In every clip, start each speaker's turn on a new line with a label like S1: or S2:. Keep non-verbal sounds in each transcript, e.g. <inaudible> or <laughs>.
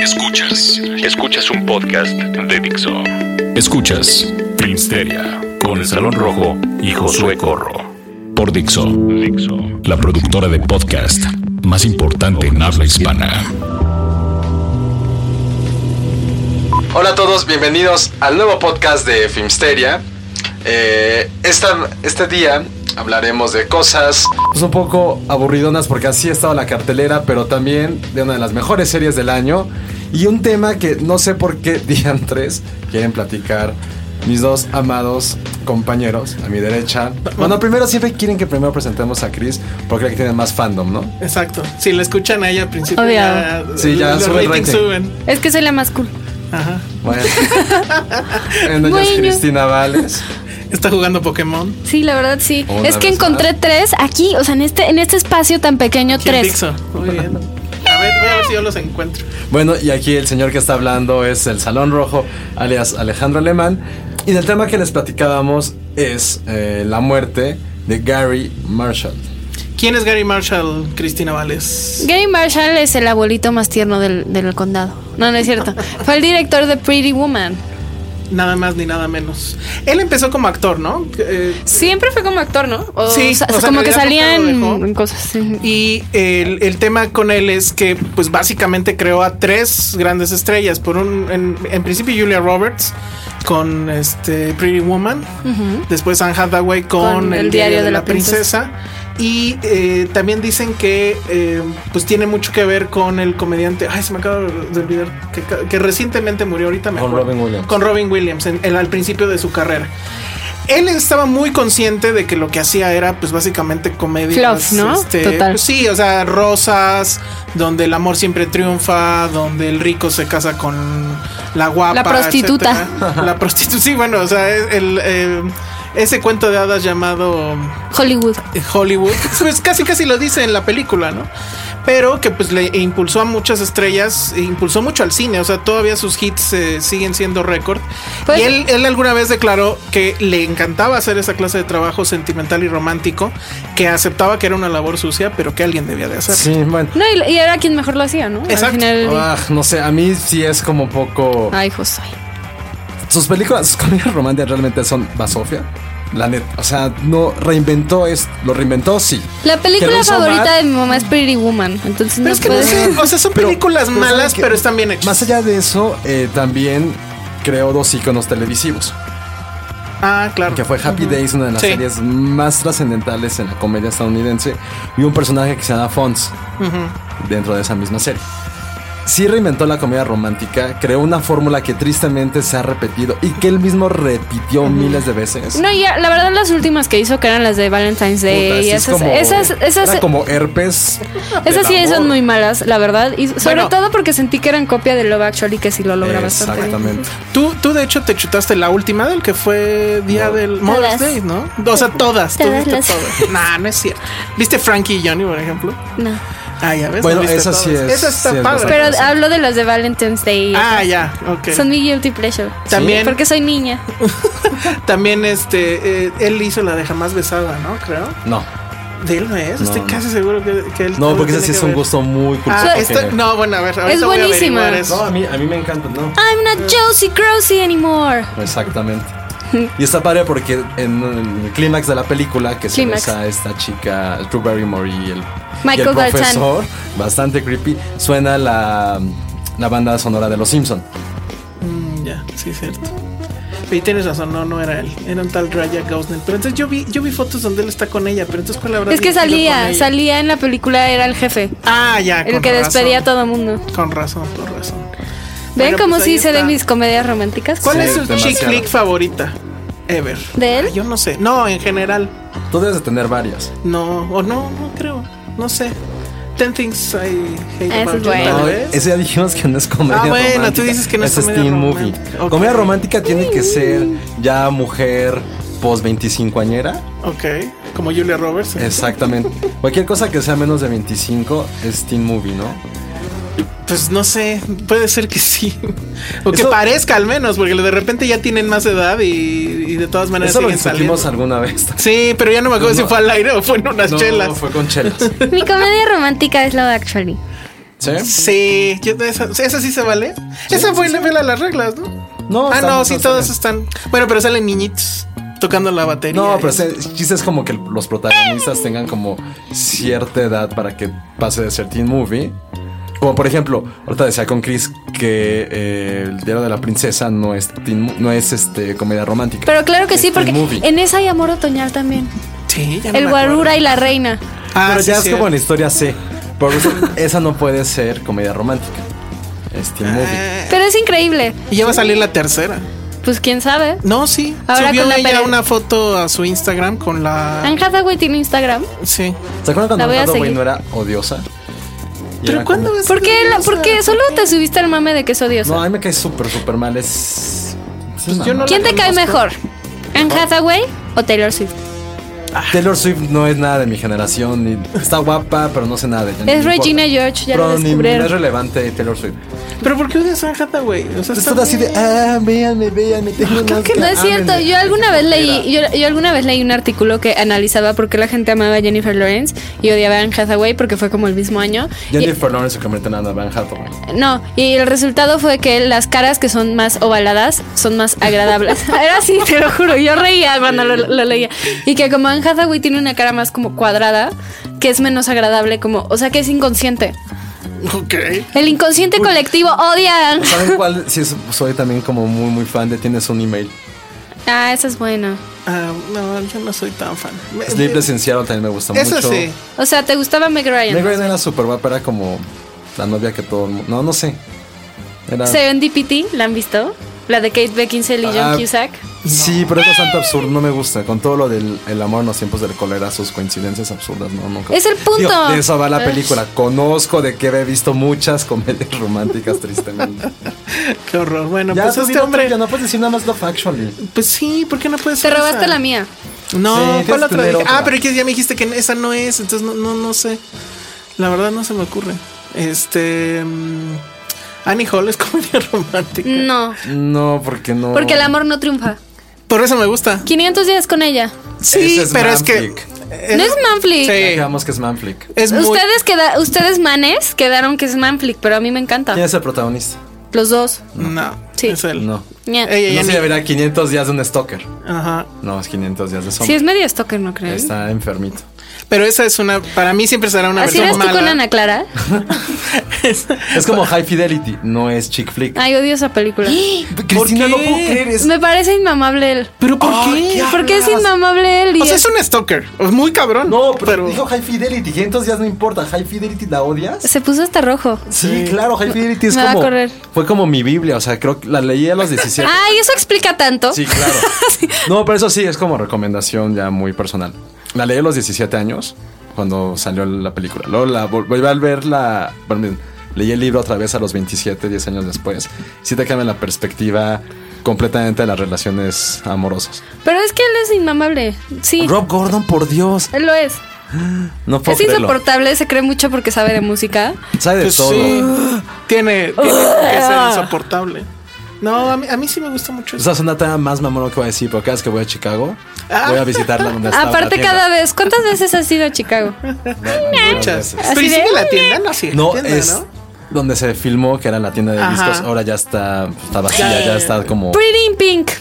S1: Escuchas, escuchas un podcast de Dixo. Escuchas Filmsteria con el Salón Rojo y Josué Corro. Por Dixo, la productora de podcast más importante en habla hispana.
S2: Hola a todos, bienvenidos al nuevo podcast de Filmsteria. Eh, esta- este día hablaremos de cosas pues, un poco aburridonas porque así ha estado la cartelera, pero también de una de las mejores series del año y un tema que no sé por qué <laughs> diantres quieren platicar mis dos amados compañeros a mi derecha. Bueno, primero siempre quieren que primero presentemos a Chris porque es la que tiene más fandom, ¿no?
S3: Exacto. Si la escuchan a ella al principio,
S4: Obvio.
S3: ya,
S2: Sí, ya
S3: los
S2: sube el
S3: ratings
S2: rating.
S3: suben.
S4: Es que soy la más cool.
S3: Ajá.
S2: Bueno, en ella es
S4: Bueno.
S2: Cristina Vales.
S3: Está jugando Pokémon.
S4: Sí, la verdad sí.
S2: Una
S4: es que
S2: vez
S4: encontré tres aquí, o sea, en este, en este espacio tan pequeño,
S3: ¿Quién
S4: tres.
S3: Dixo? Muy bien. A ver, voy a ver si yo los encuentro.
S2: Bueno, y aquí el señor que está hablando es el Salón Rojo, alias Alejandro Alemán. Y del tema que les platicábamos es eh, la muerte de Gary Marshall.
S3: ¿Quién es Gary Marshall, Cristina Vales?
S4: Gary Marshall es el abuelito más tierno del, del condado. No, no
S3: <laughs>
S4: es cierto. Fue el director de Pretty Woman.
S3: Nada más ni nada menos. Él empezó como actor, ¿no? Eh,
S4: Siempre fue como actor, ¿no? O
S3: Sí,
S4: sa-
S3: o sea, en
S4: como que
S3: realidad
S4: salía
S3: nunca lo
S4: en,
S3: dejó.
S4: en cosas. sí.
S3: Y el, el tema con él es que, pues básicamente creó a tres grandes estrellas. Por un, en, en principio Julia Roberts con este Pretty Woman, después Anne Hathaway con, El diario de, la, princesa. Y eh, también dicen que eh, pues tiene mucho que ver con el comediante. Ay, se me acaba de olvidar que, ca- que recientemente murió ahorita. me
S2: Con
S3: acuerdo.
S2: Robin Williams.
S3: Con Robin Williams, en- en- al principio de su carrera. Él estaba muy consciente de que lo que hacía era, pues básicamente comedia
S4: Fluff, ¿no? Total.
S3: pues, sí, o sea, rosas, donde el amor siempre triunfa, donde el rico se casa con la guapa.
S4: La prostituta.
S3: etcétera. La prostituta, <laughs> sí, bueno, o sea, es el, eh, ese cuento de hadas llamado
S4: Hollywood.
S3: eh, Hollywood, <laughs> pues casi casi lo dice en la película, ¿no? Pero que pues le impulsó a muchas estrellas, e impulsó mucho al cine, o sea, todavía sus hits eh, siguen siendo récord.
S4: Pues-
S3: y él, él alguna vez declaró que le encantaba hacer esa clase de trabajo sentimental y romántico, que aceptaba que era una labor sucia, pero que alguien debía de hacer.
S2: Sí, bueno.
S4: No, y, y era quien mejor lo hacía, ¿no?
S3: Exacto.
S4: Al final.
S2: Ah, no sé, a mí sí es como un poco.
S4: Ay, José.
S2: Sus películas, sus comedias románticas realmente son basofia. La neta. O sea, no reinventó es. Lo reinventó, sí.
S4: La
S2: Que lo
S4: película
S2: hizo
S4: favorita
S2: mal.
S4: de mi mamá es Pretty Woman. Entonces
S3: Pero
S4: no
S3: es que no
S4: puede-
S3: sé, o sea, son
S2: Pero-
S3: películas
S2: pero pues, ¿saben
S3: malas,
S2: qué?
S3: pero están bien hechas.
S2: Más allá de eso, eh, también creó dos iconos televisivos.
S3: Ah, claro.
S2: que fue Happy Days, una de las
S3: Sí.
S2: series más trascendentales en la comedia estadounidense, y un personaje que se llama Fonz dentro de esa misma serie. Sí reinventó la comedia romántica, creó una fórmula que tristemente se ha repetido y que él mismo repitió miles de veces.
S4: No, ya, la verdad, las últimas que hizo, que eran las de Valentine's Day.
S2: Puta, sí
S4: y
S2: es
S4: esas,
S2: como-
S4: esas, esas,
S2: era como herpes. del
S4: Esas sí
S2: amor.
S4: son muy malas, la verdad. Y sobre
S3: Bueno.
S4: todo porque sentí que eran copia de Love Actually, que sí lo logra bastante. bien.
S2: Exactamente.
S3: Tú, tú de hecho te chutaste la última del que fue día
S2: No.
S3: del Mother's
S4: Todas.
S3: Day, ¿no? O sea, todas. tú
S4: Todas
S3: viste
S4: las- <laughs>
S3: todas. Nah, no es cierto. ¿Viste Frankie y Johnny, por ejemplo?
S4: No.
S3: Ah, ya ves.
S2: Bueno,
S3: no viste
S2: esa sí
S3: todas.
S2: es-
S3: Esa está
S2: sí es
S3: padre.
S2: bastante.
S4: Pero hablo de las de Valentine's Day.
S3: ah, ya, ok.
S4: Son mi guilty pleasure.
S3: También-
S4: Porque soy niña.
S3: También este, eh, él hizo la de jamás besada, ¿no? Creo.
S2: No,
S3: De él no es.
S2: No,
S3: Estoy
S2: no.
S3: casi seguro que, que él.
S2: no,
S3: algo
S2: porque ese sí
S3: tiene
S2: es
S3: que
S2: un
S3: ver.
S2: gusto muy cultural.
S3: Ah, esto- no, bueno, a ver. ahorita
S4: Es
S3: voy a
S4: buenísima.
S3: averiguar eso. Ah.
S2: a mí, a mí me encanta, no.
S4: I'm not Josie Crossy anymore. <laughs>
S2: Exactamente. Y está padre porque en, el clímax de la película, que se
S4: Clímax.
S2: besa a esta chica, Drew Barrymore y el, y
S4: Michael
S2: el
S4: Galtan.
S2: profesor, bastante creepy, suena la, la banda sonora de Los Simpson.
S3: Mm, ya, sí, es cierto. Y tienes razón, no, no era él. Era un tal Raya Gosnell. Pero entonces yo vi, yo vi fotos donde él está con ella, pero entonces ¿cuál habrá
S4: Es que
S3: sido con
S4: salía,
S3: ella?
S4: salía en la película, era el jefe.
S3: Ah, ya,
S4: El
S3: con
S4: que despedía a
S3: razón.
S4: todo el mundo.
S3: Con razón, con razón.
S4: ¿Ven
S3: Bueno,
S4: cómo
S3: pues
S4: sí
S3: ahí
S4: sé de
S3: está.
S4: mis comedias románticas?
S3: ¿Cuál
S2: Sí,
S3: es su chick
S2: demasiado.
S3: flick favorita? Ever.
S4: ¿De él?
S3: Yo no sé. No, en general.
S2: Tú debes de tener varias.
S3: No, o no, no creo. No sé. Ten things I hate
S4: Eso
S3: about
S4: es
S3: you,
S4: bueno.
S3: tal
S2: No,
S3: vez.
S2: ese ya dijimos que no es comedia
S3: Ah, bueno, tú
S2: romántica,
S3: dices que no es comedia
S2: teen
S3: romántica. Ok.
S2: Comedia romántica tiene que ser ya mujer post 25 añera.
S3: Ok, como Julia Roberts.
S4: <laughs>
S2: Exactamente. Cualquier cosa que sea menos de 25 es teen movie, ¿no?
S3: Pues no sé, puede ser que sí. <laughs> O que
S2: Eso-
S3: parezca al menos, porque de repente ya tienen más edad y, y de todas maneras
S2: Eso lo
S3: siguen saliendo.
S2: discutimos alguna vez.
S3: Sí, pero ya no me acuerdo si fue al aire o fue en unas
S2: No,
S3: chelas.
S2: fue con chelas.
S4: Mi comedia romántica es Love Actually.
S2: <laughs> ¿Sí?
S3: Sí, yo- esa, esa sí se vale. esa fue la vela de las reglas, ¿no?
S2: No,
S3: ah,
S2: está-
S3: no, sí,
S2: está
S3: todos
S2: bien.
S3: están. Bueno, pero salen niñitos tocando la batería.
S2: No, pero
S3: Y-
S2: ese chiste es como que los protagonistas tengan como cierta edad para que pase de ser teen movie. Como por ejemplo, ahorita decía con Chris que eh, el diario de la princesa no es teen mo- no es este comedia romántica.
S4: Pero claro que
S2: Es
S4: sí,
S2: teen
S4: porque
S2: movie.
S4: en esa hay amor otoñal también.
S3: Sí, Este ya no
S4: El
S3: me acuerdo.
S4: guarura y la reina.
S3: Ah,
S2: Pero
S3: sí,
S2: ya es
S3: sí.
S2: como en la historia C. Por eso esa no puede ser comedia romántica. Es teen movie.
S3: Ah.
S4: Pero es increíble.
S3: Y ya va a salir la tercera.
S4: Pues quién sabe.
S3: No, sí.
S4: Ahora
S3: Subió
S4: con la
S3: ella
S4: pere- Ah.
S3: una foto a su Instagram con la.
S4: Anne Hathaway tiene Instagram.
S3: Sí.
S2: ¿Se acuerdan
S4: La
S2: cuando
S4: voy a
S2: Hathaway
S4: seguir.
S2: no era odiosa? Y
S3: Pero
S2: era
S3: ¿cuándo
S2: como-
S3: es?
S4: ¿Por qué, la- por qué solo te subiste al mame de que es
S2: No,
S4: odiosa?
S2: a mí me cae súper, súper mal. Es.
S3: Pues yo no
S4: ¿Quién te cae mejor? ¿Anne Hathaway o Taylor Swift?
S2: Taylor Swift no es nada de mi generación. y está guapa, pero no sé nada de ella. ni
S4: Es
S2: me
S4: Regina
S2: importa.
S4: George, ya lo
S2: Pero ni- No es
S4: descubrieron.
S2: relevante Taylor Swift.
S3: ¿Pero por qué odias a Anne Hathaway? O sea,
S2: Estás así de, ah, véanme, véanme. Tengo unas-
S4: Ah, No es cierto,
S2: ámenme".
S4: yo alguna vez leí, yo, yo alguna vez leí un artículo que analizaba por qué la gente amaba a Jennifer Lawrence y odiaba a Anne Hathaway porque fue como el mismo año. Y-
S2: Jennifer Lawrence se convierte en Ana Van Hathaway.
S4: no, y el resultado fue que las caras que son más ovaladas son más agradables. Era así, te lo juro, yo reía cuando lo, lo leía. Y que como Anne Hathaway tiene una cara más como cuadrada, que es menos agradable, como, o sea que es inconsciente.
S3: Ok.
S4: El inconsciente colectivo odia a Anne
S2: ¿Saben cuál? <laughs> Sí, es- soy también como muy, muy fan de Tienes un email.
S4: Ah, eso es bueno.
S3: Ah, no, yo no soy tan fan. Me-
S2: Sleepless in Seattle también me gusta
S3: Eso
S2: mucho.
S3: sí. <laughs>
S4: O sea, ¿te gustaba Meg
S2: Meg
S4: Ryan?
S2: Ryan era súper guapa, era como la novia que todo el mundo. No, no sé. Era.
S4: Serendipity, ¿la han visto? La de Kate Beckinsale y
S2: Ah.
S4: John Cusack.
S2: Sí, pero es bastante absurdo, no me gusta. Con todo lo del el amor en los tiempos del cólera, sus coincidencias absurdas, no, nunca.
S4: Es el punto.
S2: Digo, de eso va la
S4: Ay.
S2: película. Conozco de que he visto muchas comedias románticas,
S3: <laughs>
S2: tristemente.
S3: Qué horror. Bueno,
S2: ya,
S3: pues
S2: tú
S3: este
S2: dime
S3: hombre.
S2: tuya, no puedes decir nada más Love Actually.
S3: Pues sí, ¿por qué no puedes
S4: Te robaste la mía.
S2: Sí,
S3: No,
S2: tienes
S3: ¿cuál
S2: que
S3: otra?
S2: tener
S3: dije?
S2: otra.
S3: Ah, pero que ya me dijiste que esa no es, entonces no, no, no sé. La verdad no se me ocurre. Este. mm, Annie Hall es <laughs> comedia romántica.
S4: No,
S2: No, porque no.
S4: porque el amor no triunfa.
S3: Por eso me gusta.
S4: 500 días con ella.
S3: Sí,
S2: Ese es
S3: pero es que.
S2: Manflick.
S4: No es Manflick.
S2: Ya
S3: Sí,
S2: Digamos que es Manflick.
S3: es muy.
S4: Ustedes, queda, ustedes manes quedaron que es Manflick, pero a mí me encanta.
S2: ¿Quién es el protagonista?
S4: Los dos.
S3: No,
S4: Sí.
S3: es él.
S2: No.
S4: Ña.
S3: Ella y
S2: No se
S3: Annie.
S2: verá 500 días de un stalker.
S3: Ajá.
S2: No, es 500 días de sombra.
S4: Sí, es medio stalker, ¿no crees?
S2: Está enfermito.
S3: Pero esa es una. Para mí siempre será una
S4: Así
S3: versión
S4: eres tú
S3: mala.
S4: con Ana Clara.
S3: <laughs>
S2: Es como High Fidelity, no es chick flick.
S4: Ay, odio esa
S3: <gasps>
S4: película.
S2: Cristina, no
S3: qué?
S2: puedo creer. es-
S4: Me parece inmamable él.
S3: ¿Pero por
S2: Ay,
S3: qué?
S2: ¿qué
S4: ¿Por qué es
S2: hablas?
S4: inmamable él? Y
S3: Ah, O sea,
S4: es-
S3: es un stalker. es Muy cabrón.
S2: <laughs> No, pero, dijo High Fidelity, 500 días no importa. High Fidelity la odias.
S4: Se puso hasta rojo.
S2: Sí, claro, High Fidelity es
S4: me va a
S2: como.
S4: correr. Ah,
S2: Fue como mi Biblia, o sea, creo que la leí a
S4: <laughs>
S2: los 17.
S4: Ay, eso explica tanto.
S2: Sí,
S4: <laughs>
S2: claro. No, pero eso sí, es como recomendación ya muy personal. La leí a los 17 años, cuando salió la película. Luego la vol- volví a ver la... bueno, bien, leí el libro otra vez a los 27, 10 años después. Sí te cambia la perspectiva completamente de las relaciones amorosas.
S4: Pero es que él es inmamable. Sí,
S2: Rob Gordon, por Dios.
S4: él lo es.
S2: No puedo
S4: es
S2: creerlo.
S4: insoportable, se cree mucho porque sabe de música.
S2: Sabe de
S3: Pues
S2: todo.
S3: sí. Tiene, tiene que ser
S4: Ah.
S3: insoportable. No, a mí, a mí sí me gusta mucho eso.
S2: Esa es una tarea más mamona que voy a decir, pero cada vez que voy a Chicago,
S3: Ah.
S2: voy a visitarla donde está.
S4: Aparte cada vez, ¿cuántas veces has ido a Chicago?
S3: Muchas.
S4: Así
S3: Pero ¿y
S4: de-
S3: sigue la tienda? No, sigue
S2: No,
S3: la tienda,
S2: es
S3: ¿no?
S2: donde se filmó, que era la tienda de
S3: Ajá.
S2: pues, discos. Ahora ya está, está vacía, ya está como.
S4: Pretty in Pink.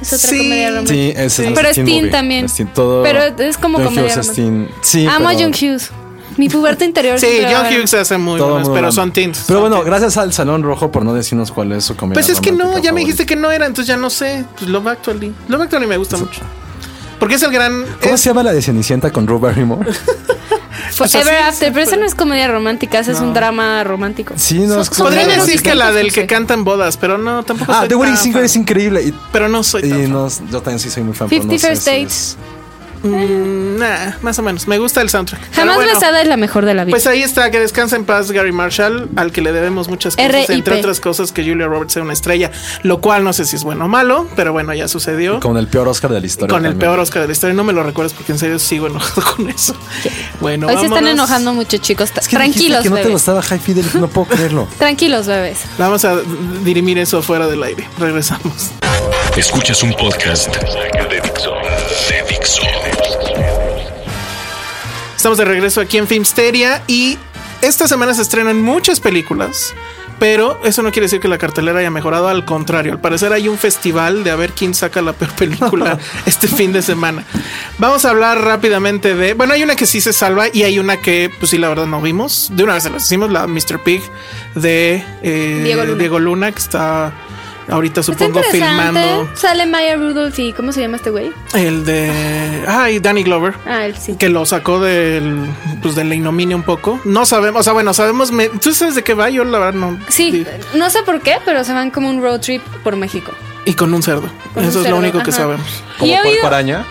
S4: Es otra
S3: Sí.
S4: comedia romántica.
S2: Sí, es el
S4: Pero es
S2: Teen
S4: teen
S2: movie.
S4: también.
S2: Es teen, todo
S4: Pero es como
S2: John
S4: comedia
S2: Hughes es
S4: romántica.
S2: teen. Sí,
S4: Amo a
S2: pero
S4: John Hughes. Mi puberta interior.
S3: Sí,
S4: siempre va a
S3: John
S4: haber-
S3: Hughes hace muy
S2: todo
S3: buenas,
S2: mundo
S3: pero
S2: ama.
S3: son teens.
S2: Pero
S3: son
S2: bueno,
S3: teens.
S2: gracias al Salón Rojo por no decirnos cuál es su comedia
S3: Pues es que no,
S2: romántica
S3: ya me dijiste
S2: favorita.
S3: que no era, entonces ya no sé. Pues Love Actually. Love Actually me gusta mucho. Porque es el gran.
S2: ¿Cómo
S3: es-
S2: se llama la de Cenicienta con Drew
S3: <laughs>
S2: Barrymore?
S4: Forever After. Pero esa no es comedia romántica, esa es un drama romántico.
S2: Sí, no, es como-
S3: Podrían
S4: Son
S3: decir
S4: románticos,
S3: que la del que
S4: sí.
S3: cantan bodas, pero no, tampoco
S2: Ah,
S3: soy
S2: The Wedding
S3: tan
S2: Singer
S3: fan.
S2: es increíble. Y,
S3: Pero no soy
S2: y
S3: tan fan.
S2: no, yo también sí soy muy fan. pero no
S4: Fifty
S2: sé
S4: First
S2: si
S4: Dates.
S2: es-
S3: Mm, nah, más o menos. Me gusta el soundtrack. Pero
S4: Jamás
S3: bueno,
S4: besada es la mejor de la vida.
S3: Pues ahí está, que descansa en paz Gary Marshall, al que le debemos muchas cosas,
S4: R.I.P..
S3: entre otras cosas que Julia Roberts sea una estrella, lo cual no sé si es bueno o malo, pero bueno, ya sucedió.
S2: Con el peor Oscar de la
S3: Con
S2: historia.
S3: el
S2: también.
S3: peor Oscar de la historia, no me lo recuerdas porque en serio sigo enojado <laughs> con eso. Bueno,
S4: Hoy se están
S3: vámonos.
S4: enojando mucho, chicos.
S2: Es que dijiste
S4: Tranquilos,
S2: que no te
S4: bebés.
S2: gustaba High Fidelity, no puedo creerlo.
S4: Tranquilos, bebés.
S3: Vamos a dirimir eso fuera del aire. Regresamos.
S1: Escuchas un podcast de Dixo. De Dixo.
S3: Estamos de regreso aquí en Filmsteria y esta semana se estrenan muchas películas, pero eso no quiere decir que la cartelera haya mejorado, al contrario, al parecer hay un festival de a ver quién saca la peor
S4: <laughs>
S3: película este fin de semana. Vamos a hablar rápidamente de, bueno, hay una que sí se salva y hay una que pues sí la verdad no vimos, de una vez se las hicimos, la Mr. Pig de eh,
S4: Diego Luna.
S3: Luna, que está ahorita
S4: Está
S3: supongo
S4: interesante.
S3: filmando
S4: Sale Maya Rudolph y ¿cómo se llama este güey?
S3: el de, ay, Danny Glover
S4: Ah, él sí.
S3: que lo sacó del pues de la ignominia un poco. No sabemos, o sea, bueno, sabemos, me- tú sabes de qué va, yo la verdad no.
S4: Sí,
S3: Di-
S4: no sé por qué, pero se van como un road trip por México.
S3: Y con un cerdo.
S4: Con un
S3: Eso es
S4: cerdo,
S3: lo único que
S4: ajá.
S3: sabemos. <laughs>
S2: Como
S4: <laughs> y he
S2: por
S4: oído-
S2: araña.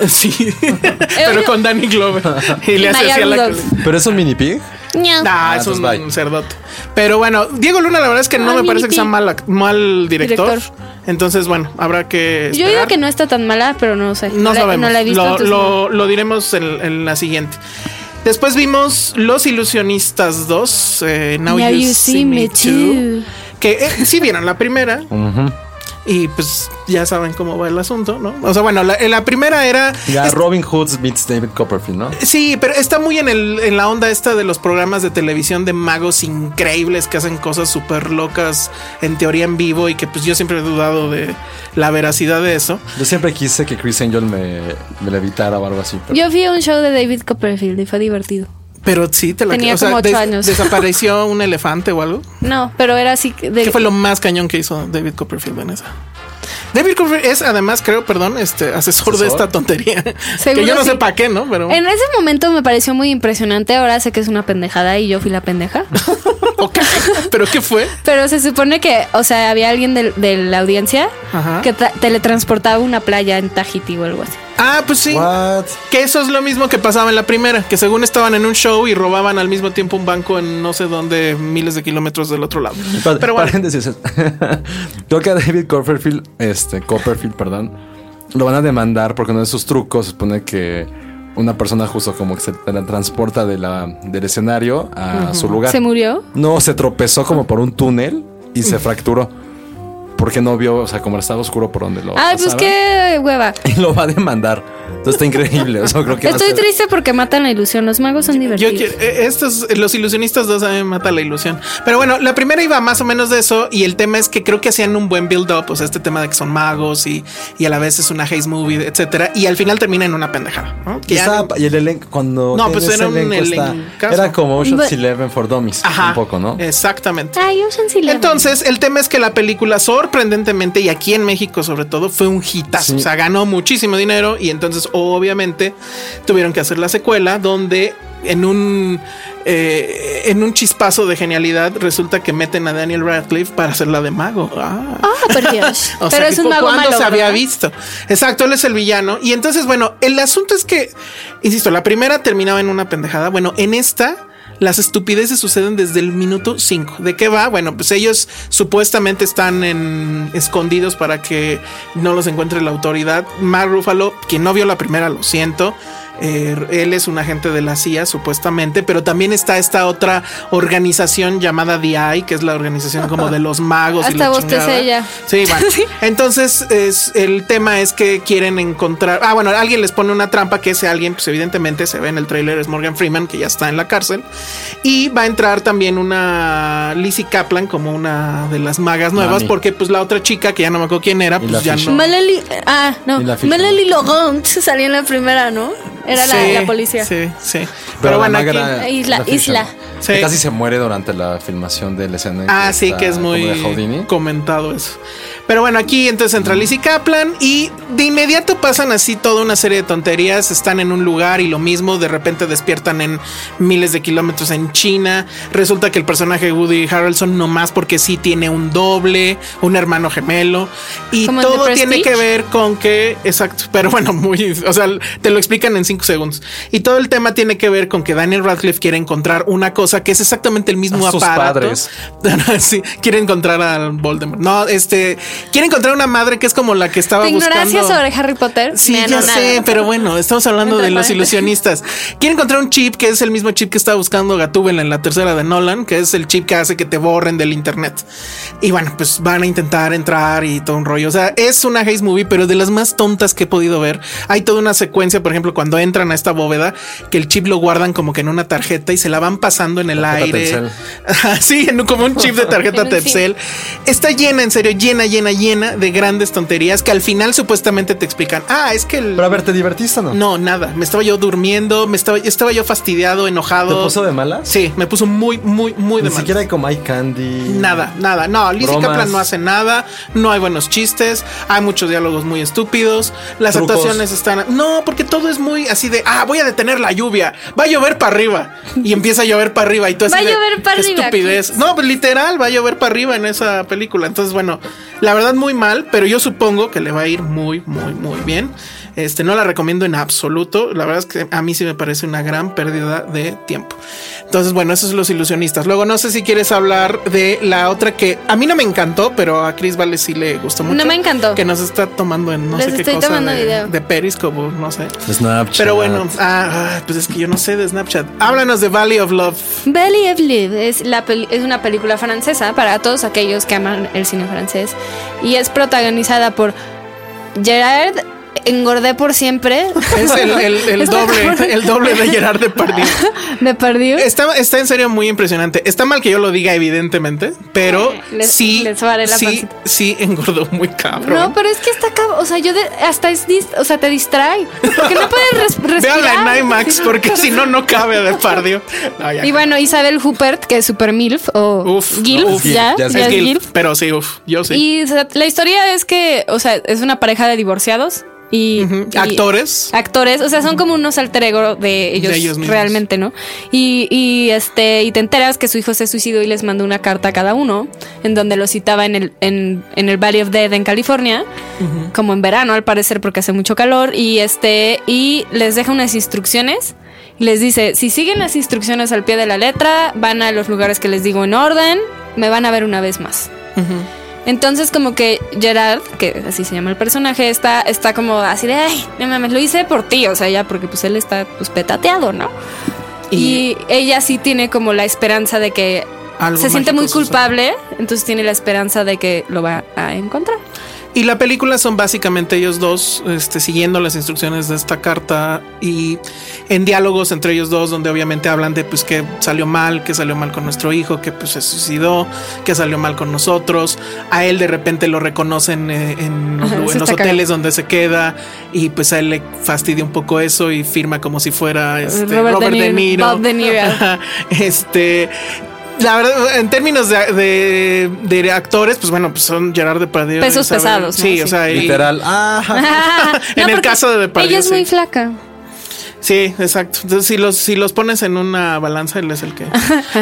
S4: <laughs>
S3: Sí. Pero
S4: oído-
S3: con Danny
S2: <laughs>
S3: Glover. Y le hace
S4: Maya
S3: así a la
S4: Rudolph.
S2: Pero es un mini pig.
S4: Ñau.
S3: Ah,
S2: Ah,
S3: es
S2: entonces
S3: un
S2: bye.
S3: cerdote. Pero bueno, Diego Luna la verdad es que no
S4: Ah,
S3: me
S4: mini
S3: parece que sea
S4: pig.
S3: mal, ac- mal director.
S4: Director.
S3: Entonces, bueno, habrá que
S4: Yo digo
S3: esperar.
S4: que no está tan mala, pero no sé.
S3: No
S4: la,
S3: sabemos.
S4: No la he visto.
S3: lo,
S4: entonces no.
S3: lo- lo diremos en, en la siguiente. Después vimos Los Ilusionistas 2, eh, Now, You, See, Me Too. Que eh, sí vieron la primera. Y pues ya saben cómo va el asunto, ¿no? O sea, bueno, la, la primera era.
S2: Ya
S3: es-
S2: Robin Hood meets David Copperfield, ¿no?
S3: Sí, pero está muy en, el, en la onda esta de los programas de televisión de magos increíbles que hacen cosas súper locas en teoría en vivo y que pues yo siempre he dudado de la veracidad de eso.
S2: Yo siempre quise que Chris Angel me, me levitara o algo así. pero-
S4: Yo fui a un show de David Copperfield y fue divertido.
S3: Pero sí, te la
S4: Tenía
S3: o sea,
S4: como ocho
S3: des-
S4: años.
S3: ¿Desapareció un elefante o algo?
S4: No, pero era así. que De,
S3: ¿Qué fue lo más cañón que hizo David Copperfield en esa? David Copperfield es además, creo, perdón, este asesor, de
S2: ¿Asesor?
S3: esta tontería. que
S4: Seguro
S3: yo no sé
S4: sí.
S3: para qué, ¿no? Pero
S4: En ese momento me pareció muy impresionante. Ahora sé que es una pendejada y yo fui
S3: <laughs>
S4: la pendeja.
S3: Ok, pero qué fue?
S4: Pero se supone que, o sea, había alguien del- de, la audiencia
S3: Ajá.
S4: que tra- teletransportaba a una playa en Tahiti o algo así.
S3: Ah, pues sí.
S2: What?
S3: Que eso es lo mismo que pasaba en la primera, que según estaban en un show y robaban al mismo tiempo un banco en no sé dónde, miles de kilómetros del otro lado.
S2: Pa-
S3: Pero bueno,
S2: paréntesis. <laughs> Creo que a David Copperfield, este, Copperfield, perdón, lo van a demandar porque uno de sus trucos supone que una persona justo como que se tra- transporta de la, del escenario a su lugar.
S4: ¿Se murió?
S2: No, se tropezó como por un túnel y se fracturó. Porque no vio, o sea, como estaba oscuro por
S3: Oh,
S2: donde lo.
S4: Ay, pues
S2: pasaban.
S4: qué
S3: <laughs>
S4: hueva.
S2: <laughs> Y lo va a demandar. Entonces está increíble. O sea, creo que va a
S4: Estoy
S2: ser-
S4: triste porque matan la ilusión. Los magos son
S3: yo
S4: divertidos.
S3: quiero, eh, estos, eh, los ilusionistas dos a mí me mata la ilusión. Pero bueno, la primera iba más o menos de eso y el tema es que creo que hacían un buen build-up, o sea, este tema de que son magos y, y a la vez es una haze movie, etcétera, y al final termina en una pendejada. ¿no?
S2: Y,
S3: Que ya
S2: estaba- y el elenco, cuando.
S3: No,
S2: tiene
S3: pues
S2: ese
S3: era un
S2: está-
S3: elencazo.
S2: Era como Ocean's
S4: But-
S2: Eleven for Dummies.
S3: Ajá. Eh,
S2: Un poco, ¿no?
S3: Exactamente.
S4: Ay, Ocean's Eleven.
S3: Entonces, el tema es que la película, sorprendentemente, y aquí en México sobre todo, fue un hitazo.
S2: Sí.
S3: O sea, ganó muchísimo dinero y entonces, obviamente, tuvieron que hacer la secuela donde en un eh, en un chispazo de genialidad resulta que meten a Daniel Radcliffe para hacer la de mago. Ah.
S4: Ah, por Dios.
S3: <laughs> O sea,
S4: pero es un
S3: tipo,
S4: mago
S3: ¿cuándo
S4: malo.
S3: se había
S4: ¿verdad?
S3: visto. Exacto, él es el villano. Y entonces, bueno, el asunto es que, insisto, la primera terminaba en una pendejada. Bueno, en esta, las estupideces suceden desde el minuto 5. ¿De qué va? Bueno, pues ellos supuestamente están en, escondidos para que no los encuentre la autoridad. Mark Ruffalo, quien no vio la primera, lo siento. eh, él es un agente de la CIA supuestamente, pero también está esta otra organización llamada DI, que es la organización como de los magos. y
S4: Hasta
S3: la
S4: bostecé
S3: chingada.
S4: ya. <laughs>
S3: Sí, bueno. Entonces es, el tema es que quieren encontrar... Ah, bueno, alguien les pone una trampa que ese alguien, pues evidentemente se ve en el tráiler, es Morgan Freeman, que ya está en la cárcel. Y va a entrar también una Lizzie Kaplan como una de las magas nuevas,
S5: Mami.
S3: porque pues la otra chica, que ya no me acuerdo quién era,
S5: Y
S3: pues
S5: la
S3: ya
S5: Fisher.
S3: no...
S4: Malali, ah, no.
S5: Y la ficha.
S4: Malali Logont <laughs> salió en la primera, ¿no? Era la-
S3: Sí,
S4: la, policía.
S3: Sí, sí. Pero,
S5: Pero
S3: bueno,
S5: la
S3: aquí-
S5: magra-
S4: aquí- Isla-
S5: la Fisher,
S4: isla.
S3: Sí.
S5: que Casi se muere durante la filmación de la escena. en
S3: Ah, sí,
S5: está
S3: que es
S5: como
S3: muy
S5: de Houdini.
S3: comentado eso. Pero bueno, aquí entonces entra Lizzie Kaplan y de inmediato pasan así toda una serie de tonterías. Están en un lugar y lo mismo, de repente despiertan en miles de kilómetros en China. Resulta que el personaje de Woody Harrelson nomás porque sí tiene un doble, un hermano gemelo. Y
S4: Como en
S3: todo
S4: The
S3: tiene que
S4: Prestige.
S3: ver ver con que, exacto, pero bueno, muy, o sea, te lo explican en cinco segundos. Y todo el tema tiene que ver con que Daniel Radcliffe quiere encontrar una cosa que es exactamente el mismo
S5: A sus
S3: aparato.
S5: padres.
S3: <laughs> sí, quiere encontrar al Voldemort. No, este, quiere encontrar una madre que es como la que estaba
S4: Tu ignorancia
S3: buscando.
S4: sobre Harry Potter.
S3: Sí,
S4: Me
S3: ya
S4: anonada.
S3: sé, pero bueno, estamos hablando
S4: Entre
S3: de los
S4: paréntesis.
S3: ilusionistas. Quiere encontrar un chip que es el mismo chip que estaba buscando Gatúbela en la tercera de Nolan, que es el chip que hace que te borren del internet. Y bueno, pues van a intentar entrar y todo un rollo. O sea, es una Haze Movie, pero de las más tontas que he podido ver. Hay toda una secuencia, por ejemplo, cuando entran a esta bóveda, que el chip lo guardan como que en una tarjeta y se la van pasando en el
S5: Tarjeta
S3: aire. <laughs>
S5: Telcel.
S3: sí, en un- como un
S4: <laughs>
S3: chip de tarjeta
S4: En un chip.
S3: Telcel. Está llena, en serio, llena, llena, llena de grandes tonterías que al final supuestamente te explican. Ah, es que el.
S5: Pero a ver, ¿te divertiste o no?
S3: No, nada. Me estaba yo durmiendo, me estaba, estaba yo fastidiado, enojado.
S5: ¿Te puso de malas?
S3: Sí, me puso muy, muy, muy
S5: Ni
S3: de malas.
S5: siquiera hay como hay candy.
S3: Nada, nada. No, Lizzie
S5: Bromas.
S3: Kaplan no hace nada. No hay buenos chistes. Hay muchos diálogos muy estúpidos. Las
S5: Trucos.
S3: actuaciones están. No, porque todo es muy así de. Ah, voy a detener la lluvia. Va a llover para arriba. Y empieza a llover para arriba. Y tú así
S4: Va a
S3: de,
S4: llover para
S3: "Qué
S4: arriba,
S3: Estupidez.
S4: kids.
S3: No, pues, literal, va a llover para arriba en esa película. Entonces, bueno, la verdad, muy mal. Pero yo supongo que le va a ir muy, muy, muy bien. Este, no la recomiendo en absoluto. La verdad es que a mí sí me parece una gran pérdida de tiempo. Entonces, bueno, esos son los ilusionistas. Luego, no sé si quieres hablar de la otra que a mí no me encantó, pero a Chris Vale sí le gustó mucho.
S4: No me encantó.
S3: Que nos está tomando en no
S4: Les
S3: sé qué
S4: estoy
S3: cosa
S4: tomando
S3: de,
S4: video.
S3: de Periscope, o no sé.
S5: Snapchat.
S3: Pero bueno, ah, ah, pues es que yo no sé de Snapchat. Háblanos de Valley of Love.
S4: Belly of Live es, la peli- es una película francesa para todos aquellos que aman el cine francés y es protagonizada por Gerard Engordé por siempre.
S3: <laughs> Es el, el- el
S4: <laughs> Es
S3: <laughs>
S4: mejor.
S3: doble, el doble de Gerard
S4: <laughs>
S3: Depardieu.
S4: Me perdió.
S3: Está, está en serio muy impresionante. Está mal que yo lo diga, evidentemente, pero
S4: Eh, Les-
S3: sí,
S4: les vale la
S3: sí,
S4: pancita.
S3: sí engordó muy cabrón.
S4: No, pero es que está acá, o sea, yo de- hasta es dis- o sea, te distrae, porque no puedes res-
S3: <laughs>
S4: respirar.
S3: Véanla en IMAX,
S4: <laughs>
S3: porque si no, no cabe a Depardieu. No, ya.
S4: Y bueno, Isabel Huppert, que es super milf o
S3: Uf,
S4: gilf,
S3: no, uf,
S4: ya,
S5: ya
S4: ya
S5: sé.
S4: es
S3: Es Gil,
S4: gilf.
S3: pero sí, uf, yo sí.
S4: Y o sea, la historia es que, o sea, es una pareja de divorciados y, y-
S3: Actores.
S4: actores, o sea, son como unos alter ego de ellos,
S3: De ellos mismos.
S4: realmente, ¿no? Y, y, este y te enteras que su hijo se suicidó y les mandó una carta a cada uno en donde lo citaba en el en, en el Valley of Dead en California, como en verano al parecer porque hace mucho calor y este y les deja unas instrucciones y les dice, si siguen las instrucciones al pie de la letra, van a los lugares que les digo en orden, me van a ver una vez más. Entonces como que Gerard, que así se llama el personaje, está, está como así de, ay, no mames, lo hice por ti, o sea, ya porque pues él está pues petateado, ¿no? Y, ella sí tiene como la esperanza de que
S3: Algo
S4: se siente
S3: mágico
S4: muy
S3: sucede.
S4: culpable, entonces tiene la esperanza de que lo va a encontrar.
S3: Y la película son básicamente ellos dos este, siguiendo las instrucciones de esta carta y en diálogos entre ellos dos donde obviamente hablan de pues que salió mal, que salió mal con nuestro hijo, que pues se suicidó, que salió mal con nosotros. A él de repente lo reconocen eh, en los,
S4: Ajá,
S3: lu-
S4: eso
S3: en los
S4: está cagado.
S3: hoteles donde se queda y pues a él le fastidia un poco eso y firma como si fuera este,
S4: Robert De Niro, Bob De
S3: <laughs>
S4: Niro. <laughs>
S3: Ajá, este. La verdad, en términos de, de- de actores, pues bueno, pues son Gerard Depardieu.
S4: Pesos pesados, ¿no?
S3: Sí, o
S4: Sí.
S3: sea, y-
S5: Literal. Ah,
S3: En el
S4: porque
S3: caso de Depardieu,
S4: Ella es
S3: sí.
S4: muy flaca.
S3: sí, exacto. Entonces, si los, si los pones en una balanza, él es el
S4: <laughs>
S3: que.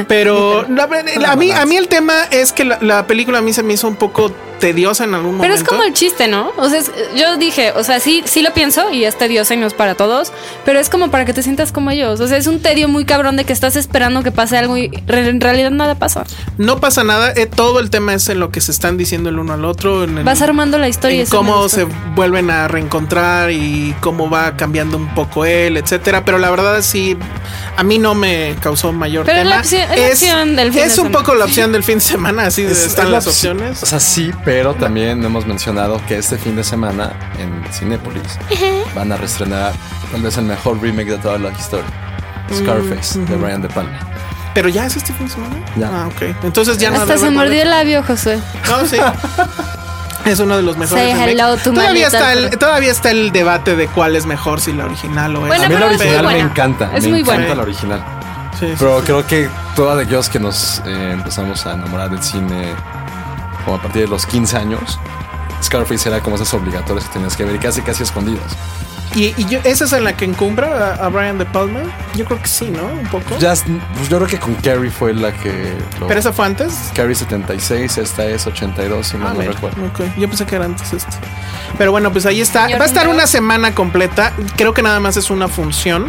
S3: Pero la- a, mí, a mí el tema es que la, la película a mí se me hizo un poco tediosa en algún
S4: Pero
S3: momento.
S4: es como el chiste, ¿no? O sea, es- yo dije, o sea, sí, sí lo pienso y es tedioso y no es para todos, pero es como para que te sientas como ellos. O sea, es un tedio muy cabrón de que estás esperando que pase algo y re- en realidad nada pasa.
S3: No pasa nada, eh, todo el tema es en lo que se están diciendo el uno al otro. En el-
S4: Vas armando la historia. y
S3: en
S4: eso me
S3: cómo
S4: gustó.
S3: se vuelven a reencontrar y cómo va cambiando un poco él, etcétera. Pero la verdad sí, a mí no me causó mayor
S4: Pero es
S3: tema.
S4: la opción- es la opción del fin
S3: es
S4: de
S3: un
S4: semana.
S3: poco la opción del fin de semana, así de-
S5: Es-
S3: están
S5: es la
S3: las
S5: opci-
S3: opciones.
S5: O sea, sí, pero también hemos mencionado que este fin de semana en Cinépolis van a reestrenar tal vez el mejor remake de toda la historia.
S4: Mm,
S5: Scarface de Brian De Palma.
S3: Pero ya es este fin de semana.
S5: Ya.
S3: Ah, ok. Entonces ya no
S4: Hasta
S3: habrá
S4: se
S3: Bad Bunny.
S4: mordió el labio, Josué.
S3: No,
S4: <laughs>
S3: sí. Es uno de los mejores.
S4: Say
S3: remakes.
S4: hello to my
S3: todavía,
S4: little
S3: está el,
S4: friend.
S3: todavía está el debate de cuál es mejor, si la original o
S4: Bueno,
S5: A
S3: esta.
S5: mí la
S4: pero es muy
S5: original me
S4: buena.
S5: encanta.
S4: Es
S5: me
S4: muy
S5: encanta
S4: buena.
S5: la original.
S3: Sí, sí,
S5: Pero
S3: sí.
S5: creo que todos aquellos que nos eh, empezamos a enamorar del cine como a partir de los 15 años, Scarface era como esas obligatorias que tenías que ver, casi casi escondidas.
S3: Y, y yo- esa es en la que encumbra a, a Brian De Palma. Yo creo que sí, ¿no? Un poco.
S5: Ya, es- pues yo creo que con Carrie fue la que... lo-
S3: Pero esa fue antes.
S5: Carrie 76, esta es 82, si
S3: Ah,
S5: mal no
S3: mira,
S5: recuerdo.
S3: ok. Yo pensé que era antes este. Pero bueno, pues ahí está.
S4: Señor
S3: Va a estar
S4: Lindau.
S3: una semana completa. Creo que nada más es una función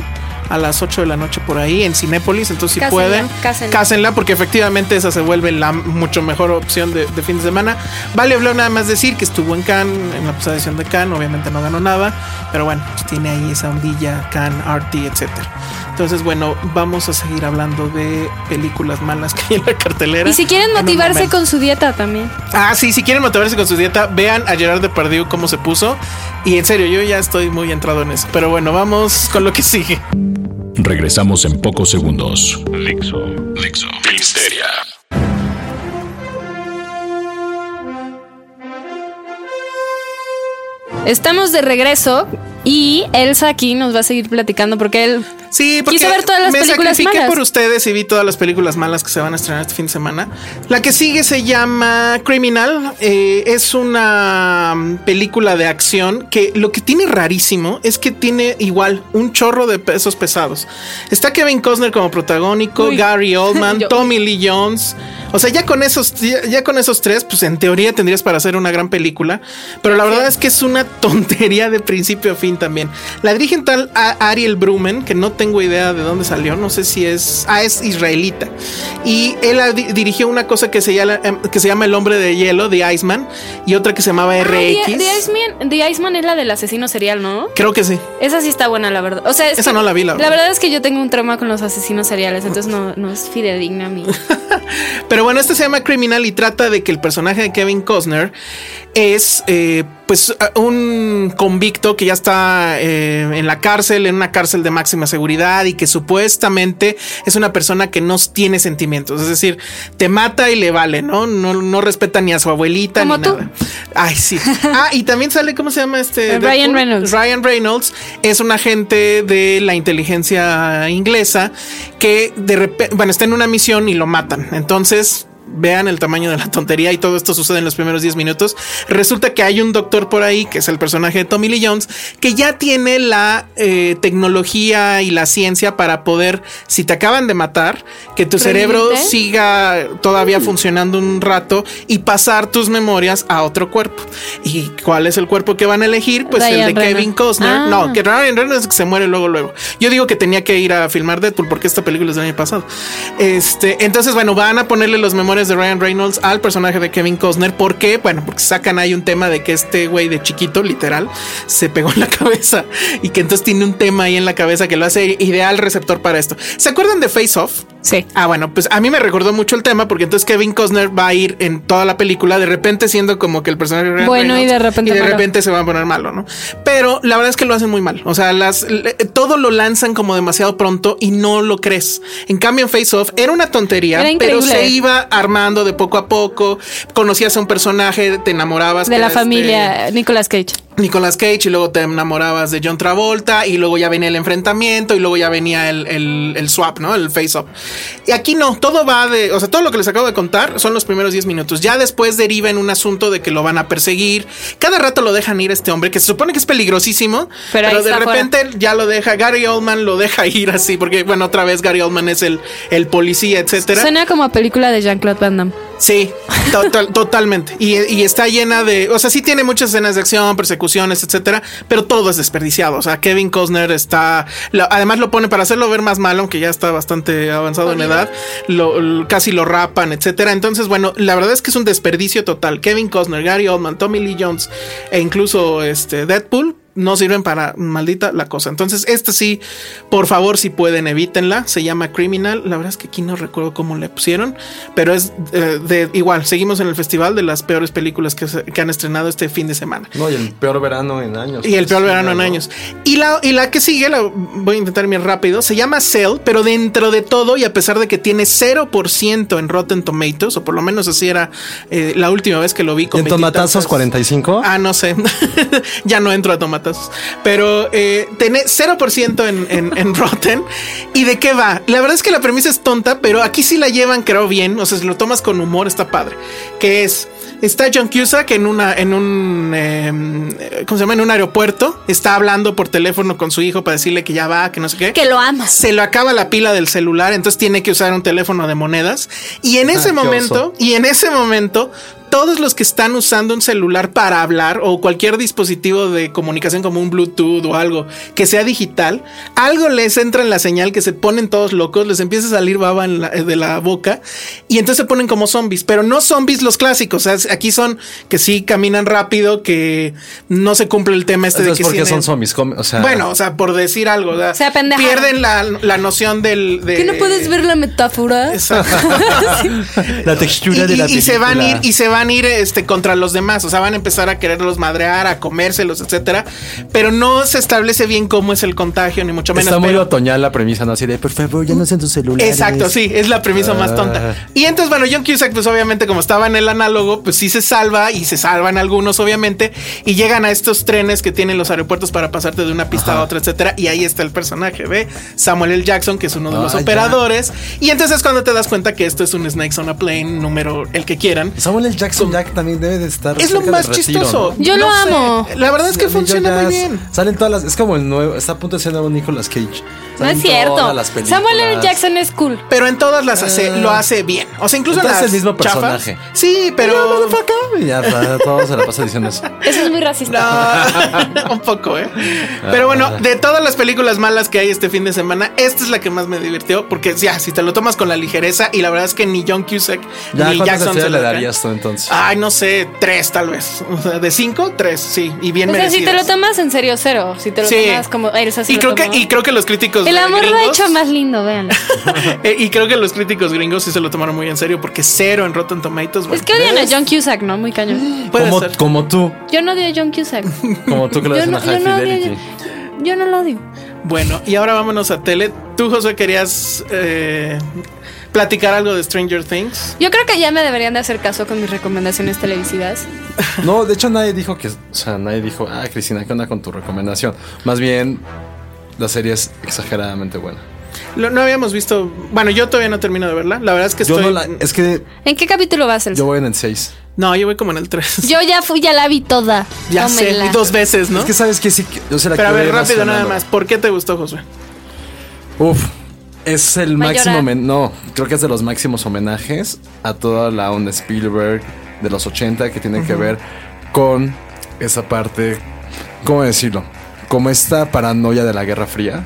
S3: a las 8 de la noche por ahí en Cinépolis. Entonces, si
S4: Cásenla,
S3: pueden,
S4: cásenla.
S3: porque efectivamente esa se vuelve la mucho mejor opción de, de fin de semana. Vale, habló nada más decir que estuvo en Cannes, en la pasada edición de Cannes. Obviamente no ganó nada, pero bueno, pues tiene ahí esa ondilla, Cannes, Arty, etcétera. Entonces, bueno, vamos a seguir hablando de películas malas que hay en la cartelera.
S4: Y si quieren
S3: en un
S4: motivarse
S3: momento.
S4: con su dieta también.
S3: Ah, sí, si quieren motivarse con su dieta, vean a Gerard Depardieu cómo se puso. Y en serio, yo ya estoy muy entrado en eso. Pero bueno, vamos con lo que sigue.
S1: Regresamos en pocos segundos. Dixo, Dixo, Filmsteria.
S4: Estamos de regreso y Elsa aquí nos va a seguir platicando porque él
S3: Sí, porque
S4: Quise ver todas las
S3: me
S4: películas
S3: sacrifiqué
S4: malas.
S3: por ustedes y vi todas las películas malas que se van a estrenar este fin de semana. La que sigue se llama Criminal. Eh, es una mm, película de acción que lo que tiene rarísimo es que tiene igual un chorro de pesos pesados. Está Kevin Costner como protagónico,
S4: Uy.
S3: Gary Oldman,
S4: <laughs> Yo-
S3: Tommy Lee Jones. O sea, ya con esos, ya, ya con esos tres, pues en teoría tendrías para hacer una gran película. Pero la verdad es que es una <laughs> tontería de principio a fin también. La dirigen tal a- Ariel Brumen, que no tengo idea de dónde salió, no sé si es. Ah, es israelita. Y él la di- dirigió una cosa que se llama, em, que se llama El Hombre de Hielo, The Iceman, y otra que se llamaba
S4: Ah,
S3: RX.
S4: The, The Iceman, The Iceman es la del asesino serial, ¿no?
S3: Creo que sí.
S4: Esa sí está buena, la verdad. O sea, es
S3: Esa
S4: que-
S3: no la vi, la verdad.
S4: es que yo tengo un trauma con los asesinos seriales, entonces no, no es
S3: <laughs>
S4: fidedigna a mí.
S3: Pero bueno, este se llama Criminal y trata de que el personaje de Kevin Costner es eh, pues a- un convicto que ya está eh, en la cárcel, en una cárcel de máxima seguridad y que supuestamente es una persona que no tiene sentimientos. Es decir, te mata y le vale, ¿no? No, no respeta ni a su abuelita
S4: Como
S3: ni
S4: tú.
S3: nada. Ay,
S4: <laughs>
S3: sí. Ah, y también sale, ¿cómo se llama este?
S4: Eh, Ryan Reynolds.
S3: Ryan Reynolds es un agente de la inteligencia inglesa que de repente, bueno, está en una misión y lo matan. Entonces, vean el tamaño de la tontería y todo esto sucede en los primeros 10 minutos. Resulta que hay un doctor por ahí, que es el personaje de Tommy Lee Jones, que ya tiene la eh, tecnología y la ciencia para poder, si te acaban de matar, que tu cerebro
S4: Revivirte.
S3: siga todavía funcionando un rato y pasar tus memorias a otro cuerpo. ¿Y cuál es el cuerpo que van a elegir? Pues el
S4: Ryan
S3: de
S4: Reynolds.
S3: Kevin Costner.
S4: Ah.
S3: No, que Ryan Reynolds que se muere luego, luego. Yo digo que tenía que ir a filmar Deadpool porque esta película es del año pasado. Este, entonces, bueno, van a ponerle los memorias de Ryan Reynolds al personaje de Kevin Costner. ¿Por qué? Bueno, porque sacan ahí un tema de que este güey de chiquito, literal, se pegó en la <laughs> cabeza y que entonces tiene un tema ahí en la cabeza que lo hace ideal receptor para esto. ¿Se acuerdan de Face Off?
S4: Sí.
S3: Ah, bueno, pues a mí me recordó mucho el tema porque entonces Kevin Costner va a ir en toda la película de repente siendo como que el personaje de Ryan
S4: Bueno, y de repente
S3: y de
S4: malo.
S3: repente se va a poner malo, ¿no? Pero la verdad es que lo hacen muy mal, o sea, las le- todo lo lanzan como demasiado pronto y no lo crees. En cambio en Face Off era una tontería,
S4: Era
S3: pero
S4: increíble.
S3: se iba armando de poco a poco, conocías a un personaje, te enamorabas
S4: De
S3: que
S4: la
S3: era este-
S4: familia Nicolas Cage.
S3: Nicolas Cage y luego te enamorabas de John Travolta y luego ya venía el enfrentamiento y luego ya venía el, el- el swap, ¿no? El face-up. Y aquí no, todo va de, o sea, todo lo que les acabo de contar son los primeros 10 minutos. Ya después deriva en un asunto de que lo van a perseguir. Cada rato lo dejan ir a este hombre que se supone que es peligrosísimo, pero,
S4: Pero ahí
S3: de
S4: está fuera.
S3: repente ya lo deja, Gary Oldman lo deja <laughs> ir así, porque bueno, otra vez Gary Oldman es el, el policía, etcétera.
S4: Suena como a película de Jean-Claude Van Damme.
S3: Sí, to- to- <laughs> totalmente. Y, y está llena de. O sea, sí tiene muchas escenas de acción, persecuciones, etcétera, pero todo es desperdiciado. O sea, Kevin Costner está. la- además, lo pone para hacerlo ver más malo, aunque ya está bastante avanzado en edad. Lo, lo- casi lo rapan, etcétera. Entonces, bueno, la verdad es que es un desperdicio total. Kevin Costner, Gary Oldman, Tommy Lee Jones e incluso este Deadpool no sirven para maldita la cosa. Entonces, esta sí, por favor, si pueden, evítenla. Se llama Criminal. La verdad es que aquí no recuerdo cómo le pusieron, pero es eh, de igual. Seguimos en el festival de las peores películas que, se- que han estrenado este fin de semana.
S2: No, y el peor verano en años. pues,
S3: Y el peor
S2: Sí,
S3: verano en
S2: ¿no?
S3: años. Y la, y la que sigue, la voy a intentar bien rápido, se llama Cell, pero dentro de todo, y a pesar de que tiene 0% en Rotten Tomatoes, o por lo menos así era eh, la última vez que lo vi
S2: ¿Y
S3: con
S2: en Tomatazos
S3: 40
S2: 45?
S3: Ah, no sé. <laughs> ya no entro a tomatazos. Pero eh, tiene 0% en, en, en <laughs> Rotten. ¿Y de qué va? La verdad es que la premisa es tonta, pero aquí sí la llevan, creo, bien. O sea, si lo tomas con humor, está padre. Que es. Está John Cusack en una, en un, eh, ¿cómo se llama? En un aeropuerto. Está hablando por teléfono con su hijo para decirle que ya va, que no sé qué
S4: Que lo amas.
S3: se lo acaba la pila del celular, entonces tiene que usar un teléfono de monedas. Y en ese
S2: Ah, qué
S3: momento,
S2: oso.
S3: y en ese momento, todos los que están usando un celular para hablar o cualquier dispositivo de comunicación como un Bluetooth o algo que sea digital, algo les entra en la señal que se ponen todos locos, les empieza a salir baba en la- eh, de la boca y entonces se ponen como zombies, pero no zombies los clásicos. O sea, aquí son que sí caminan rápido, que no se cumple el tema este
S2: Entonces,
S3: de que
S2: ¿por qué son
S3: tienen-
S2: zombies? Come- O sea,
S3: bueno, o sea, por decir algo, o sea,
S4: Se apendejaron.
S3: pierden la, la noción del. De,
S4: ¿Que no puedes ver la metáfora?
S3: Exacto. <laughs>
S2: la textura
S3: y,
S2: de la
S3: y- y se van a ir
S2: película.
S3: y se van a ir este contra los demás, o sea, van a empezar a quererlos madrear, a comérselos, etcétera, pero no se establece bien cómo es el contagio ni mucho menos.
S2: Está muy
S3: pero-
S2: otoñal la premisa, ¿no? Así de, por favor, ya no sean tus celulares.
S3: Exacto, sí, es la premisa
S2: Ah.
S3: más tonta. Y entonces, bueno, John Cusack, pues obviamente, como estaba en el análogo, pues sí se salva y se salvan algunos, obviamente, y llegan a estos trenes que tienen los aeropuertos para pasarte de una pista a otra, etcétera. Y ahí está el personaje de Samuel L. Jackson, que es uno de los
S2: Ah, ya.
S3: operadores. Y entonces es cuando te das cuenta que esto es un Snakes on a Plane, número el que quieran.
S2: Samuel L. Jackson Jack también debe de estar.
S3: Es lo
S2: cerca del
S3: más
S2: retiro,
S3: chistoso.
S2: ¿no?
S4: Yo lo
S3: sé.
S4: amo.
S3: La verdad es
S2: Sí,
S3: que
S2: a mí yo
S3: funciona
S2: ya
S3: muy
S2: s-
S3: bien.
S2: Salen todas las. Es como el nuevo. Está a punto de ser el nuevo Nicolas Cage.
S4: No es
S2: Salen todas
S4: cierto.
S2: las películas.
S4: Samuel L. Jackson es cool.
S3: Pero en todas las hace, lo hace bien. O sea, incluso en
S2: Entonces
S3: las
S2: es el mismo
S3: chafas.
S2: personaje.
S3: Sí, pero.
S2: Pero, motherfucker, y Ya, ta- todo se la pasa diciendo eso.
S4: Eso es muy racista.
S3: No, <laughs> un poco, ¿eh? Pero bueno, de todas las películas malas que hay este fin de semana, esta es la que más me divirtió, porque ya, si te lo tomas con la ligereza, y la verdad es que ni John Cusack
S2: Ya,
S3: ni
S2: ¿cuántas
S3: Jackson
S2: estrellas
S3: se
S2: le
S3: lo
S2: darías tú entonces?
S3: Ay, no sé, tres tal vez. O sea, de cinco, tres, sí. Y bien
S4: o sea, si te lo
S3: merecidas.
S4: tomas en serio, cero. Si te lo
S3: Sí.
S4: tomas como Elsa se
S3: y
S4: lo
S3: creo que
S4: tomó.
S3: y creo que los críticos
S4: El amor lo ha
S3: gringos-
S4: hecho más lindo, vean.
S3: <laughs> Eh, y creo que los críticos gringos sí se lo tomaron muy en serio porque cero en Rotten Tomatoes bueno,
S4: es que odian a John Cusack, ¿no?
S3: <gasps>
S4: Muy cañón.
S3: puede
S2: como,
S3: ser.
S2: como tú.
S4: Yo no odio a John Cusack.
S2: Como tú que lo
S4: Yo
S2: ves en
S4: no,
S2: la High
S4: yo no odio a
S2: Fidelity.
S4: John- yo no lo odio.
S3: bueno y ahora vámonos a tele tú José querías eh, platicar algo de Stranger Things
S4: Yo creo que ya me deberían de hacer caso con mis recomendaciones televisivas.
S2: No, de hecho nadie dijo que, o sea, nadie dijo, ah, Cristina, ¿qué onda con tu recomendación? Más bien, la serie es exageradamente buena.
S3: Lo- no habíamos visto. Bueno, yo todavía no termino de verla. La verdad es que
S2: Yo no
S3: estoy.
S2: la, es que
S4: ¿En qué capítulo vas, Elsa?
S2: yo
S4: Yo,
S2: voy en el 6.
S3: No, yo voy como en el 3.
S4: ya fui, ya la vi toda.
S3: <laughs> ya sé,
S4: Tómenla.
S3: y dos veces, ¿no?
S2: Es que sabes que sí, que- yo se la
S3: Pero a
S2: quiero
S3: ver,
S2: ir
S3: rápido nada más.
S2: racionando.
S3: ¿Por qué te gustó, Josué?
S2: Uf, es el
S4: Va a
S2: máximo,
S4: llorar.
S2: homen- no, creo que es de los máximos homenajes a toda la onda Spielberg de los 80 que tiene que ver con esa parte, ¿cómo decirlo? Como esta paranoia de la Guerra Fría.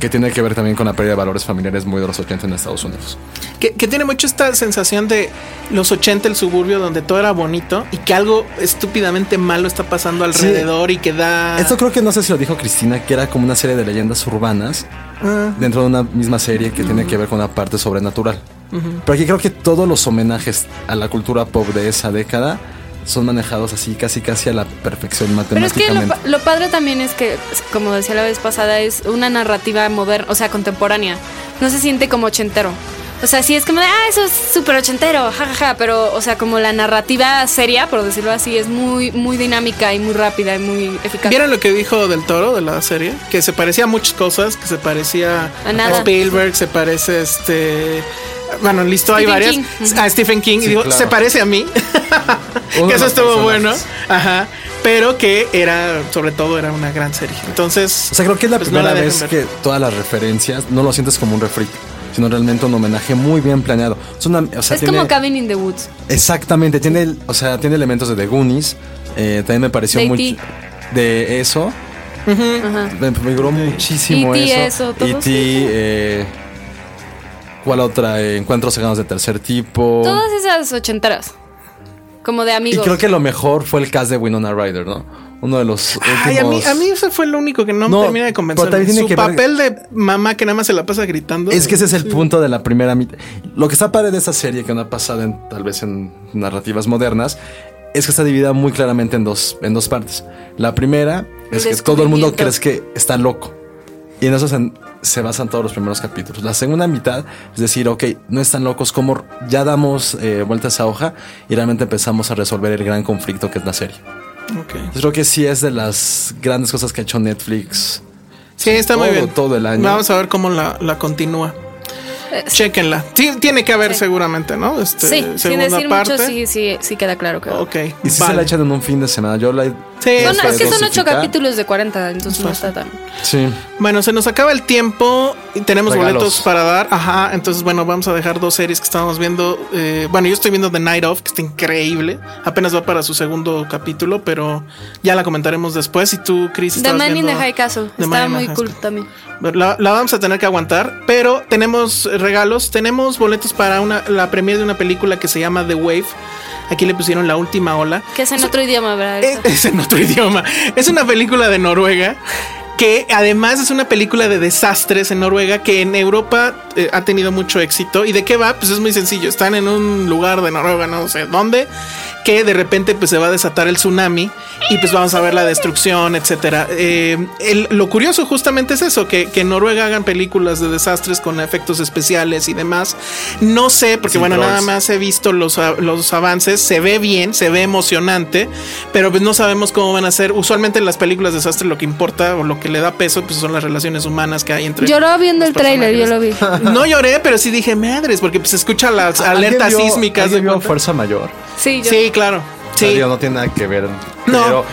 S2: Que tiene que ver también con la pérdida de valores familiares muy de los 80 en Estados Unidos.
S3: Que, que tiene mucho esta sensación de los 80, el suburbio, donde todo era bonito y que algo estúpidamente malo está pasando
S2: Sí.
S3: alrededor y que
S4: Ah.
S3: da.
S2: Esto creo que no sé si lo dijo Cristina, que era como una serie de leyendas urbanas dentro de una misma serie que tiene que ver con una parte sobrenatural. Pero aquí creo que todos los homenajes a la cultura pop de esa década son manejados así, casi casi a la perfección
S4: Pero es que lo,
S2: matemáticamente.
S4: pa- lo padre también es que, como decía la vez pasada, es una narrativa moderna, o sea, contemporánea. No se siente como ochentero. O sea, sí es como de, ah, eso es súper ochentero, jajaja, pero, o sea, como la narrativa seria, por decirlo así, es muy, muy dinámica y muy rápida y muy eficaz.
S3: ¿Vieron lo que dijo del toro de la serie? Que se parecía a muchas cosas, que se parecía
S4: A nada.
S3: Spielberg, se parece este. Bueno, listo, hay
S4: Stephen
S3: varias.
S4: King.
S3: A Stephen King. y
S2: Sí,
S3: digo,
S2: claro.
S3: se parece a mí.
S2: Uno
S3: <laughs> que
S2: de
S3: eso
S2: los
S3: estuvo bueno.
S2: personajes.
S3: Ajá. Pero que era, sobre todo, era una gran serie. Entonces.
S2: O sea, creo que es la
S3: pues no
S2: primera
S3: dejan
S2: vez
S3: ver.
S2: que todas las referencias no lo sientes como un refrito. sino realmente un homenaje muy bien planeado. Es, una- o sea,
S4: es
S2: tiene-
S4: como Cabin in the Woods.
S2: Exactamente, tiene, el- o sea, tiene elementos de The Goonies. eh, también me pareció
S4: De
S2: muy
S4: E.T..
S2: de eso. Me me figuró muchísimo
S4: E.T.,
S2: eso.
S4: E eso, todo
S2: E.T.,
S4: eso.
S2: eh, ¿cuál otra? Eh, Encuentros cercanos de tercer tipo.
S4: Todas esas ochenteras. Como de
S2: Oh. y
S4: amigos.
S2: creo que lo mejor fue el cast de Winona Ryder, ¿no? Uno de los últimos.
S3: Ay, a mí, a mí ese fue lo único que no,
S2: No,
S3: me termina de
S2: pero
S3: convencer.
S2: también tiene
S3: Su
S2: que ver-
S3: papel de mamá que nada más se la pasa gritando.
S2: Es que ese es el punto de la primera mitad. Lo que está padre de esta serie, que no ha pasado en- tal vez en narrativas modernas, es que está dividida muy claramente en dos, en dos partes. La primera es que todo el mundo cree
S4: descubrimiento.
S2: que está loco. Y en eso se, se basan todos los primeros capítulos. La segunda mitad es decir, ok, no están locos, como ya damos eh, vuelta a esa hoja y realmente empezamos a resolver el gran conflicto que es la serie.
S3: Ok.
S2: Entonces, creo que sí es de las grandes cosas que ha hecho Netflix.
S3: Sí, está muy
S2: Todo-
S3: bien.
S2: todo el año.
S3: Vamos a ver cómo la, la continúa. Chequenla. Sí, tiene que haber seguramente, ¿no? Este,
S4: Eh, Sí, sin
S3: segunda
S4: decir
S3: parte.
S4: mucho, sí, sí, sí queda claro que.
S3: Ok.
S2: Y si se
S3: vale.
S2: la echan en un fin de semana. Yo la he-
S3: Sí,
S2: la
S4: Son-
S2: he
S4: es que son ocho
S2: dosificado.
S4: capítulos de 40, entonces no está tan.
S2: Sí.
S3: Bueno, se nos acaba el tiempo y tenemos
S2: Regalos.
S3: boletos para dar. Ajá, entonces bueno, vamos a dejar dos series que estábamos viendo. Eh, bueno, yo estoy viendo The Night Of, que está increíble. Apenas va para su segundo capítulo, pero ya la comentaremos después. Y tú, Chris,
S4: The
S3: estabas
S4: Man in the
S3: viendo
S4: High Castle.
S3: The Man
S4: está
S3: in the
S4: muy
S3: High
S4: cool
S3: Castle.
S4: también.
S3: La, la vamos a tener que aguantar, pero tenemos regalos, tenemos boletos para una, la premiere de una película que se llama The Wave. Aquí le pusieron la última ola.
S4: Que es en otro idioma, ¿verdad?
S3: Eh, Es en otro <laughs> idioma. Es una película de Noruega que además es una película de desastres en Noruega que en Europa eh, ha tenido mucho éxito. ¿Y de qué va? Pues es muy sencillo. Están en un lugar de Noruega, no sé dónde, que de repente pues se va a desatar el tsunami y pues vamos a ver la destrucción, etcétera. Eh, el- lo curioso justamente es eso, que, que en Noruega hagan películas de desastres con efectos especiales y demás. No sé, porque
S2: Sin
S3: bueno, nada
S2: trolls.
S3: más más he visto los, a- los avances, se ve bien, se ve emocionante, pero pues no sabemos cómo van a ser. Usualmente en las películas de desastre lo que importa o lo que le da peso pues son las relaciones humanas que hay entre...
S4: Lloró viendo
S3: los
S4: el tráiler, yo lo vi.
S3: <laughs> No lloré, pero sí dije, madres, porque pues se escucha las alertas
S2: ¿Alguien Ah, vio-
S3: sísmicas.
S2: alguien
S3: de
S2: vio
S3: cuenta.
S2: Fuerza Mayor.
S4: Sí, yo.
S3: Sí, claro. Sí.
S2: Digo, no tiene nada que ver. Pero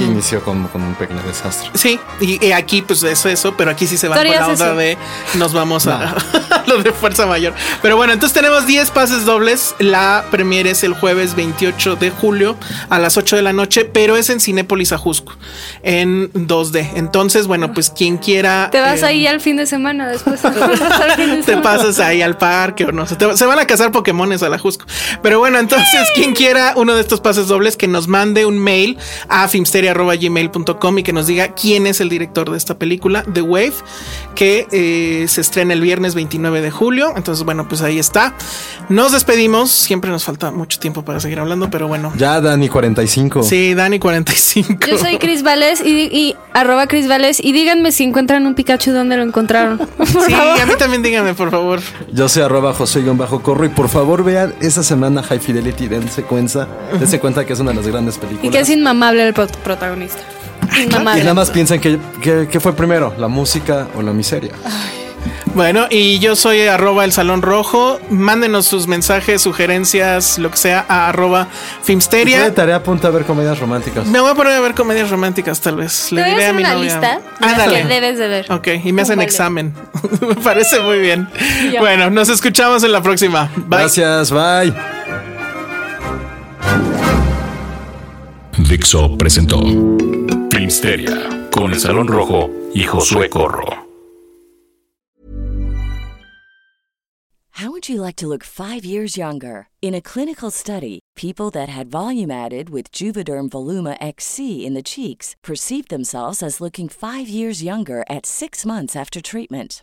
S2: inició con, con un pequeño desastre.
S3: Sí, y, y aquí pues es eso, pero aquí sí se va
S4: Tú
S3: con la
S4: harías
S3: onda
S4: eso.
S3: de nos vamos a <laughs> lo de fuerza mayor. Pero bueno, entonces tenemos 10 pases dobles. La premiere es el jueves 28 de julio a las 8 de la noche, pero es en Cinépolis Ajusco en 2D. Entonces, bueno, pues quien quiera
S4: Te vas
S3: eh,
S4: ahí al fin de
S3: <laughs>
S4: semana después. <laughs> Te regresas al fin de
S3: te
S4: semana.
S3: pasas ahí al parque o no sé. te- se van a cazar Pokémones a la Jusco. Pero bueno, entonces, quien quiera uno de estos pases dobles, que nos mande un mail a filmsteria.gmail.com y que nos diga quién es el director de esta película, The Wave, que eh, se estrena el viernes 29 de julio. Entonces, bueno, pues ahí está. Nos despedimos. Siempre nos falta mucho tiempo para seguir hablando, pero bueno.
S2: Ya, Dani, 45.
S3: Sí, Dani 45.
S4: Yo soy Cris Vales y, y arroba Cris Vales y díganme si encuentran un Pikachu dónde lo encontraron.
S3: <laughs>
S4: <laughs> Por
S3: Sí,
S4: favor.
S3: a mí también díganme, por favor.
S2: Yo soy arroba José-Corro. Y por favor, vean esta semana High Fidelity. Dense cuenta, dense cuenta que es una de las grandes películas.
S4: Y que es inmamable el prot- protagonista.
S2: Y
S3: Ah,
S4: Inmamable.
S2: nada más piensan que, que- que fue primero, la música o la miseria.
S3: Bueno, y yo soy arroba el salón rojo. Mándenos sus mensajes, sugerencias, lo que sea, a arroba
S2: Y fue de
S3: Filmsteria.
S2: tarea apunta a ver comedias románticas.
S3: Me voy a poner a ver comedias románticas, tal vez.
S4: Te
S3: Le
S4: voy a
S3: diré a
S4: hacer
S3: mi
S4: una
S3: novia.
S4: lista de las que
S3: Ándale.
S4: debes de ver.
S3: Ok, y me hacen
S4: Vale.
S3: examen. <laughs> me parece muy bien.
S4: Ya.
S3: Bueno, nos escuchamos en la próxima. Bye.
S2: Gracias, bye.
S1: Dixo presentó Filmsteria con el Salón Rojo y Josué Corro.
S6: How would you like to look five years younger? In a clinical study, people that had volume added with Juvederm Voluma XC in the cheeks perceived themselves as looking five years younger at six months after treatment.